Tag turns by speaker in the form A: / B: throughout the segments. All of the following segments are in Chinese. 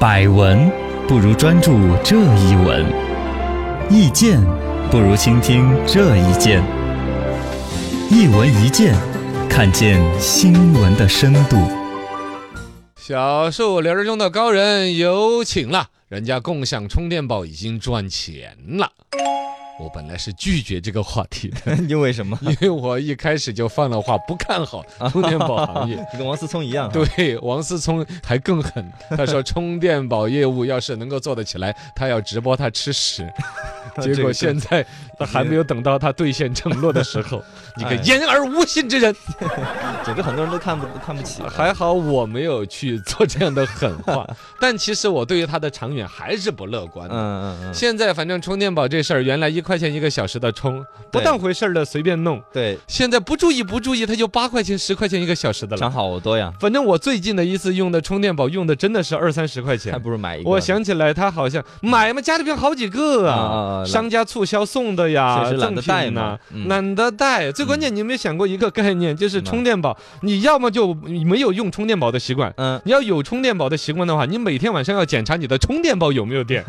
A: 百闻不如专注这一闻，意见不如倾听这一见。一闻一见，看见新闻的深 度。
B: 小树林儿中的高人有请了，人家共享充电宝已经赚钱了。我本来是拒绝这个话题的，
A: 又为什么？
B: 因为我一开始就放了话，不看好充电宝行业。
A: 你跟王思聪一样啊，
B: 对，王思聪还更狠，他说充电宝业务要是能够做得起来，他要直播他吃 屎。结
A: 这
B: 果
A: 个
B: 现在他还没有等到他兑现承诺的时 候，你个
A: 哎
B: 言而无信之人！
A: 整个很多人都看不看不起。
B: 还好我没有去做这样的狠 话，但其实我对于它的长远还是不乐观
A: 嗯
B: 的。
A: 嗯嗯，
B: 现在反正充电宝这事儿，原来一块钱一个小时的充，不
A: 对
B: 当回事儿的随便弄，
A: 对，
B: 现在不注意不注意，它就八块钱、十块钱一个小时的
A: 涨
B: 了。
A: 好多 呀，
B: 反正我最近的一次用的充电宝，用的真的是二三十块
A: 还
B: 钱。
A: 不如买一个。
B: 我想起来，它好像买嘛，家里边好几个
A: 啊啊啊
B: 啊，
A: 懒
B: 商家促销送的呀
A: 确，实懒
B: 赠
A: 得带
B: 品呐
A: 嘛，嗯
B: 懒得带。最关键，你有没有想过一个概念，就是充电宝，你要么就没有用充电宝的习惯，
A: 嗯
B: 你要有充电宝的习惯的话，你每天晚上要检查你的充电宝有没有 电，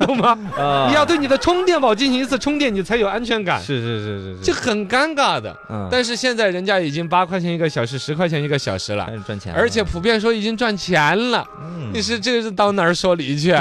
B: 懂吗？
A: 啊，
B: 你要对你的充电宝进行一次充电，你才有安全感，
A: 是是是是是，
B: 这很尴尬的。
A: 嗯，
B: 但是现在人家已经八块钱一个小时，十块钱一啊个小时了
A: 开。始赚钱了，
B: 而且普遍说已经赚钱了，
A: 嗯
B: 你是这是到哪儿说理去？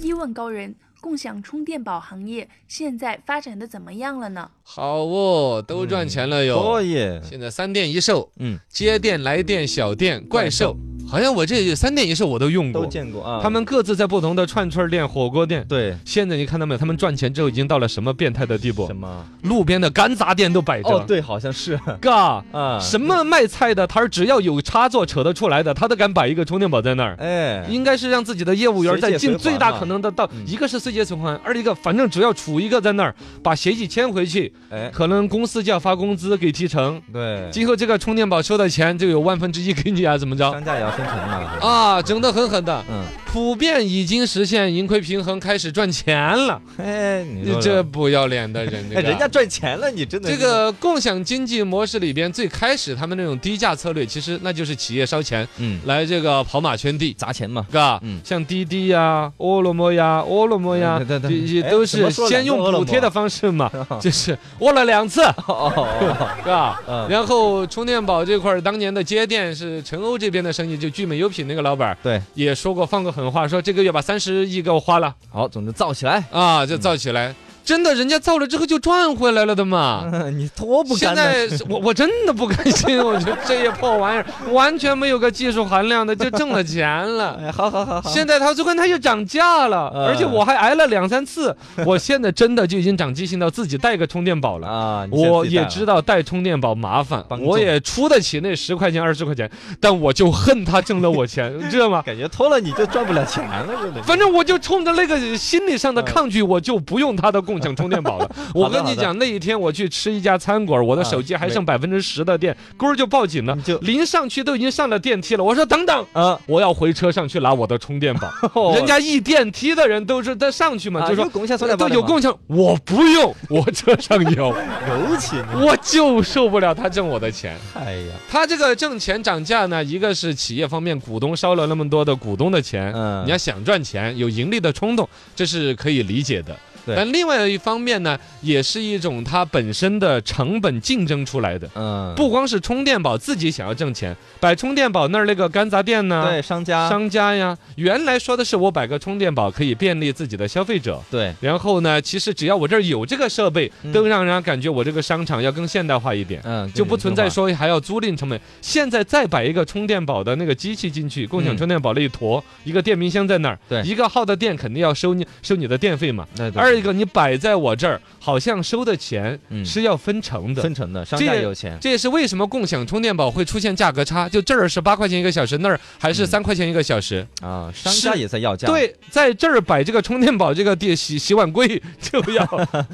C: 一问高人，共享充电宝行业现在发展的怎么样了呢？
B: 好哦，都赚钱了
A: 哦
B: 哟。
A: 耶，
B: 现在三电一售，
A: 嗯，
B: 接电、来电、小电、怪兽，好像我这三电一售我都用
A: 都
B: 过，
A: 见过啊。
B: 他们各自在不同的串串店、火锅店。
A: 对
B: 现在你看到没有？他们赚钱之后已经到了什么变态的地步
A: 什？么？
B: 路边的干杂店都摆着。
A: 哦，，对，好像是
B: 嘎，
A: 啊，
B: 什么卖菜的摊儿，只要有插座扯得出来的，他都敢摆一个充电宝在那儿。
A: 哎，
B: 应该是让自己的业务员
A: 随
B: 在
A: 借随
B: 尽
A: 还
B: 最大
A: 嘛
B: 可能的到，
A: 嗯
B: 一个是随借存款，二一个反正只要杵一个在那儿，把协议签回去，
A: 哎，
B: 可能公司就要发工资给提成，
A: 对，
B: 今后这个充电宝收的钱就有万分之一给你啊，怎么着？
A: 商家也要分成嘛。
B: 啊，整得狠狠的，
A: 嗯，
B: 普遍已经实现盈亏平衡，开始赚钱了。
A: 嘿，你
B: 你
A: 说
B: 这
A: 说，
B: 不要脸的 人，这
A: 哎，
B: 个
A: 人家赚钱了，你真的
B: 这
A: 是
B: 个共享经济模式里边，最开始他们那种低价策略，其实那就是企业烧钱
A: 嗯
B: 来这个跑马圈地，
A: 砸钱嘛，
B: 嘎，
A: 嗯
B: 像滴滴呀、欧罗摩呀、欧罗摩呀
A: 嗯对，对
B: 这
A: 对
B: 些
A: 哎
B: 都
A: 怎
B: 是
A: 么说
B: 先用
A: 两个欧罗
B: 补
A: 摩
B: 贴的方式嘛， 就是窝了两次，
A: 哦 哦
B: 嘎。
A: 哦，嗯，
B: 然后充电宝这块儿，当年的接电是陈欧这边的生意，就聚美优品那个老板儿
A: 对，
B: 也说过放过狠话，说这个月把三十亿给我花了
A: 好，总之造起来，
B: 啊，就造起来。真的，人家造了之后就赚回来了的嘛。
A: 你多嗯不甘
B: 现
A: 呢，
B: 在是 我我真的不甘心，我觉得这些破玩意儿完全没有个技术含量的，就挣了钱了。
A: 哎，好好好好，
B: 现在它最关键它又涨价了，
A: 嗯
B: 而且我还挨了两 三次。我现在真的就已经长记性到自己带个充电宝了。
A: 啊， 你现在
B: 我
A: 自己带
B: 也
A: 了
B: 知道带充电宝麻烦，
A: 帮
B: 我
A: 助
B: 也出得起那十块钱二十块钱，但我就恨他挣了我钱， 知道吗？
A: 感觉脱了你就赚不了钱了，真的。
B: 反正我就冲着那个心理上的
A: 嗯
B: 抗拒，我就不用他的共享充电宝了。我跟 你
A: 好的
B: 讲，那一天我去吃一家餐馆，我的
A: 啊
B: 手机还剩
A: 没
B: 百分之十的电，咕儿就报警了
A: 你。就
B: 临上去都已经上了电梯了，我说等等，
A: 啊，哦
B: 我要回车上去拿我的充电宝。人家一电梯的人都是在上去嘛，
A: 啊
B: 就说
A: 有共享充电宝
B: 都
A: 的
B: 有
A: 吗
B: 共享，我不用， 我车上有，
A: 有请你，
B: 我就受不了他挣我的钱。
A: 哎呀，
B: 他这个挣钱涨价呢，一个是企业方面股东烧了那么多的股东的钱，
A: 嗯
B: 你要想赚钱有盈利的冲动，这是可以理解的。
A: 对
B: 但另外一方面呢，也是一种它本身的成本竞争出来的。
A: 嗯，
B: 不光是充电宝自己想要挣钱，摆充电宝那儿那个干杂店呢，
A: 对商家，
B: 啊商家呀，原来说的是我摆个充电宝可以便利自己的消费者，
A: 对，
B: 然后呢，其实只要我这儿有这个设备，
A: 嗯
B: 都让人家感觉我这个商场要更现代化一点。
A: 嗯，
B: 就不存在说还要租赁成本。现在再摆一个充电宝的那个机器进去，共享
A: 嗯
B: 充电宝那一坨，一个电冰箱在那儿，
A: 对
B: 一个号的电肯定要收你收你的电费嘛。
A: 对，对
B: 二一个你摆在我这儿，好像收的钱
A: 嗯
B: 是要分成的。
A: 分成的，商
B: 这
A: 家
B: 个
A: 也有钱，
B: 这也是为什么共享充电宝会出现价格差，就这儿是八块钱一个小时，那儿还是
A: 嗯
B: 三块钱一个小时。
A: 啊，商家
B: 是
A: 也在要价，，
B: 对，在这儿摆这个充电宝这个地洗洗碗柜就 要，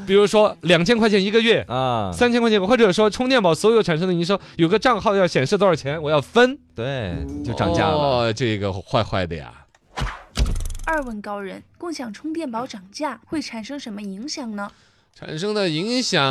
B: 比如说两千块钱一个月，
A: 啊，
B: 三千块钱，或者说充电宝所有产生的营收有个账号要显示多少钱，我要分，
A: 对，就涨价了，
B: 哦，这个坏坏的呀。
C: 二问高人，共享充电宝涨价会产生什么影响呢？
B: 产生的影响，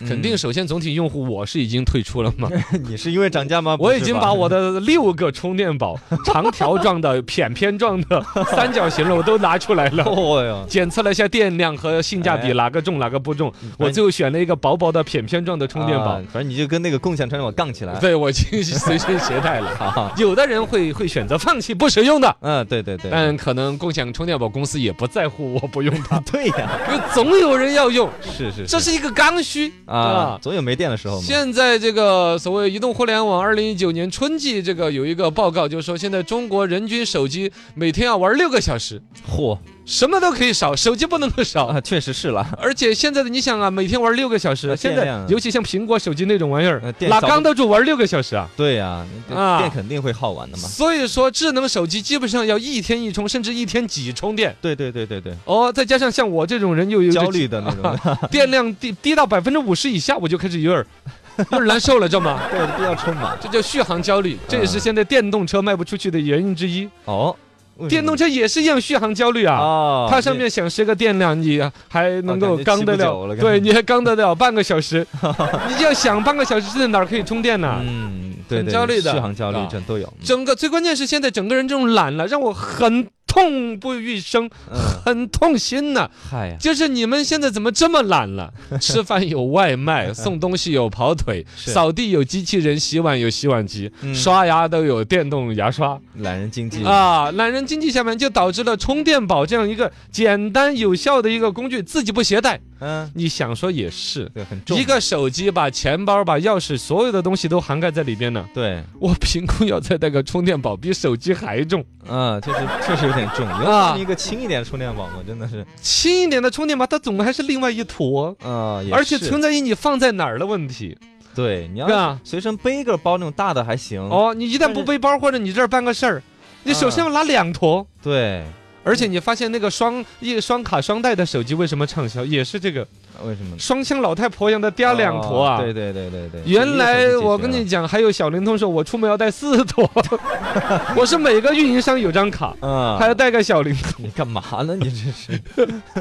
B: 肯定首先总体用户我是已经退出了 嘛，
D: 你是因为涨价吗？
B: 我已经把我
D: 的
B: 的六个充电宝，长条状的、 扁片状的、三角形的我都拿出来了。
D: 哦哟，
B: 检测了一下电量和性价
D: 哎
B: 比，哪个重哪个不重，
D: 反
B: 我
D: 正
B: 最后选了一个薄薄的扁片状的充电宝
D: 啊，反正你就跟那个共享充电宝杠起 来。
B: 对我已经随身携带了。
D: 啊，
B: 有的人会会选择放弃不使用的，
D: 嗯，对对对，
B: 但可能共享充电宝公司也不在乎我不用它，
D: 对呀，
B: 因为总有人要 用，
D: 是是，
B: 这是一个刚需
D: 啊，。总有没电的时候嘛。
B: 现在这个所谓移动互联网，二零一九年春季这个有一个报告，就说现在中国人均手机每天要玩六个小时，
D: 嚯
B: 什么都可以少，手机不能够少。
D: 啊，确实是了，
B: 而且现在的你想啊，每天玩六个小时，
D: 啊
B: 现
D: 电
B: 在
D: 量啊
B: 尤其像苹果手机那种玩意儿
D: 呃，电
B: 哪
D: 少
B: 扛得住玩六个小时啊？
D: 对呀，
B: 啊
D: 电肯定会耗完的嘛。
B: 所以说，智能手机基本上要一天一充，甚至一天几充电。
D: 对对对对对，
B: 哦，再加上像我这种人又有
D: 焦虑的那种，
B: 这 电量低低到百分之五十以下，我就开始有点儿有点儿难 受了，知道吗？
D: 对，比较充满。
B: 这叫续航焦
D: 啊
B: 虑，这也是现在电动车卖不出去的原因之一。
D: 哦，为什么
B: 电动车也是一样续航焦虑啊。
D: 哦，
B: 它上面想设个电量，你还能够
D: 哦感
B: 刚
D: 觉
B: 得
D: 骑不
B: 了，
D: 久了感觉
B: 对，你还刚得了半个小时， 你要想半个小时之内哪儿可以充电呢？
D: 嗯，对
B: 很啊
D: 对，
B: 焦虑的
D: 续航焦
B: 啊
D: 虑症都有。
B: 整个最关键是现在整个人这种懒了，让我很痛不欲生，
D: 嗯，
B: 很痛心呐、
D: 嗨呀，
B: 就是你们现在怎么这么懒 了？吃饭有外卖，送东西有跑腿，
D: 是
B: 扫地有机器人，洗碗有洗碗机，
D: 嗯
B: 刷牙都有电动牙刷
D: 懒人经济，
B: 啊！懒人经济下面就导致了充电宝这样一个简单有效的一个工具自己不携带，
D: 嗯，
B: 你想说也是。
D: 对，很重
B: 一个手机把钱包、把钥匙，所有的东西都涵盖在里边呢。
D: 对，
B: 我凭空要再带个充电宝，比手机还重。
D: 嗯，确实确实有点重，有
B: 啊
D: 换一个轻一点的充电宝嘛，真的是，
B: 轻一点的充电宝，它总还是另外一坨，
D: 啊，也
B: 而且
D: 是
B: 存在于你放在哪儿的问题。
D: 对，你要
B: 啊
D: 是随身背一个包那种大的还行，
B: 哦，你一旦
D: 但
B: 不
D: 是
B: 背包或者你这儿办个事
D: 嗯
B: 儿，你手上要拿两坨。
D: 对，
B: 而且你发现那个双一双卡双待的手机为什么畅销，也是这个
D: 为什么呢？
B: 双枪老太婆一样的嗲两坨啊。
D: 嗯哦对对对对对，
B: 原
D: 这一个手机解啊
B: 来
D: 决
B: 我跟
D: 了
B: 你，讲，还有小灵通说，我出门要带四 坨，我是每个运营商有张卡，
D: 嗯，
B: 还要带个小灵通。
D: 你干嘛呢？你 这是那你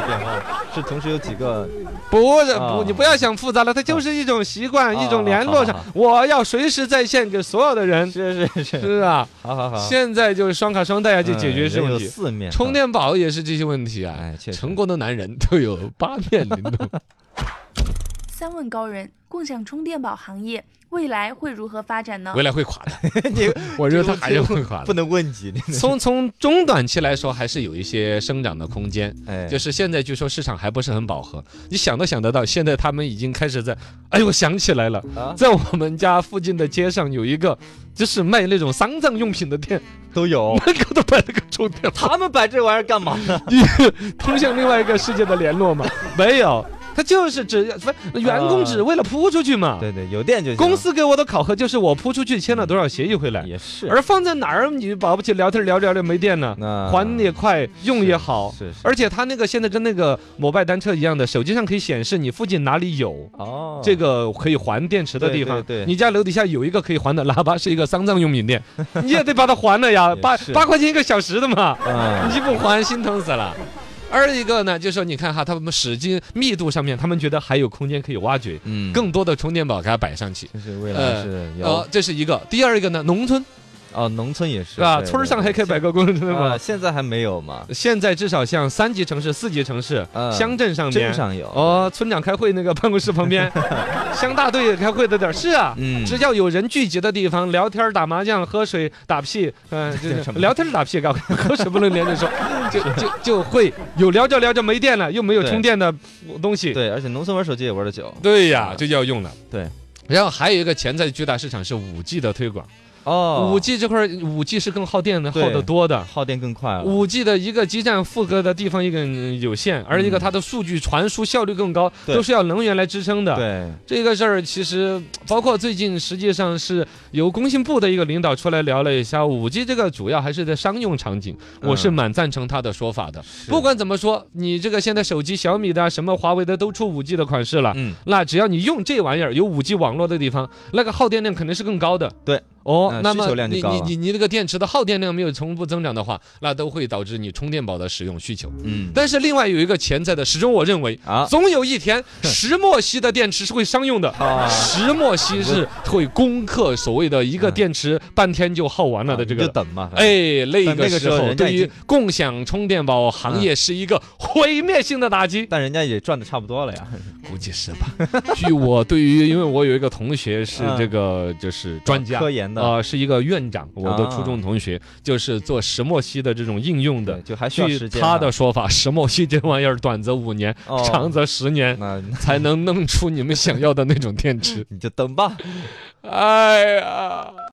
D: 的电话是同时有几个？
B: 不是
D: 啊
B: 不，你不要想复杂了，它就是一种习惯，
D: 啊
B: 一种联络上
D: 好好好，
B: 我要随时在线给所有的人。
D: 是是是，
B: 是啊，
D: 好好好，
B: 现在就是双卡双待啊，就解决
D: 嗯
B: 这
D: 人
B: 问
D: 有
B: 题。
D: 四面
B: 充，电宝也是这些问题啊
D: 哎，确。实
B: 成功的男人都有八面玲 珑。
C: 三问高人：共享充电宝行业未来会如何发展呢
B: 未？来会垮的，
D: 你
B: 我觉得他还是会垮
D: 不
B: 的。
D: 能问 及，真的
B: 从从中短期来说，还是有一些生长的空间。
D: 哎，
B: 就是现在据说市场还不是很饱和，你想都想得到，现在他们已经开 始在，哎呦，我想起来了，
D: 啊
B: 在我们家附近的街上有一个。就是卖那种丧葬用品的店，，
D: 都有
B: 门口都摆了个充电 宝，
D: 他们摆这玩意儿干嘛呢？
B: 通向另外一个世界的联络嘛？没有，他就是只不员工只为了铺出去嘛。
D: 对对，有电就
B: 啊
D: 行
B: 公司给我的考核就是我铺出去签了多少协议回来，
D: 也是，
B: 而放在哪儿，你保不齐聊天聊着聊着没电了，
D: 那
B: 还也快，用也好。
D: 嗯是是
B: 而且它那个现在跟那个摩拜单车一样的，手机上可以显示你附近哪里有。
D: 哦，
B: 这个可以还电池的地方，
D: 对对对
B: 你家楼底下有一个可以还的喇叭，是一个丧葬用品 店，你也得把它还了呀，
D: 也
B: 八
D: 是
B: 八块钱一个小时的嘛，
D: 嗯
B: 你不还心疼死了。二一个呢，就说你看哈，他们使劲密度上面，他们觉得还有空间可以挖掘，
D: 嗯，
B: 更多的充电宝给它摆上去。
D: 就是未来是
B: 呃
D: 有，
B: 这是一个。第二一个呢，农村
D: 哦，农村也是
B: 是吧？
D: 对
B: 村儿
D: 对
B: 上还可以摆个工人车
D: 啊
B: 嘛。
D: 现在还没有嘛，
B: 现在至少像三级城市、四级城市、
D: 嗯
B: 乡镇上面
D: 镇，上有，
B: 哦，村长开会那个办公室旁边， 乡大队开会的点儿是啊。
D: 嗯，
B: 只要有人聚集的地方，聊天儿、打麻将、喝水、打屁，嗯、 就是
D: 什么
B: 聊天儿打屁，搞 喝水不能连着 说，就就就会有聊着聊着没电了，又没有
D: 对
B: 充电的东西，
D: 对，而且农村玩手机也玩的久，
B: 对呀，就要用了。
D: 对，
B: 然后还有一个潜在巨大市场是五 G 的推广。
D: 哦，
B: 五 G 这块儿，五 G 是更耗电的，耗
D: 对啊
B: 得多的。
D: 耗电更快了，
B: 五 G 的一个基站覆盖的地方一个嗯有限，而一个它的数据传输效率更高，
D: 对
B: 都是要能源来支撑的。
D: 对，
B: 这个事儿其实包括最近，实际上是由工信部的一个领导出来聊了一下五 G 这个，主要还是在商用场景，
D: 嗯
B: 我是蛮赞成他的说法的。不管怎么说，你这个现在手机小米的、什么华为的都出五 G 的款式了，
D: 嗯，
B: 那只要你用这玩意儿有五 G 网络的地方，那个耗电量肯定是更高的。
D: 对，
B: 哦，
D: 嗯
B: 那
D: 需
B: 么
D: 求量就
B: 你
D: 高
B: 你
D: 了
B: 你你那个电池的耗电量没有同步增长的话，那都会导致你充电宝的使用需求。
D: 嗯，
B: 但是另外有一个潜在的，始终我认为
D: 啊
B: 总有一 天石墨烯的电池是会商用的。
D: 啊
B: 石墨烯是会攻克所谓的一个电池半天就耗完了的这
D: 啊你
B: 个
D: 就。等嘛，反正，
B: 哎，那
D: 但
B: 个
D: 那个
B: 时
D: 时候
B: 候
D: 人家
B: 对
D: 已
B: 于
D: 经嗯
B: 共享充电宝行业是一个毁灭性的打击，
D: 但人家也赚的差不多了呀，
B: 估计是吧？ 据我对于，因为我有一个同学是
D: 嗯
B: 这个就是专家
D: 科，研的，
B: 啊，是一个院长，我的
D: 啊
B: 初中同学就是做石墨烯的这种应用的
D: 对，。就还需要
B: 据
D: 时间
B: 他
D: 啊。
B: 的说法，石墨烯这玩意儿短则五年，
D: 哦
B: 长则十年，
D: 那
B: 才
D: 。
B: 能弄出你们想要的那种电池
D: 你就等吧。
B: 哎呀！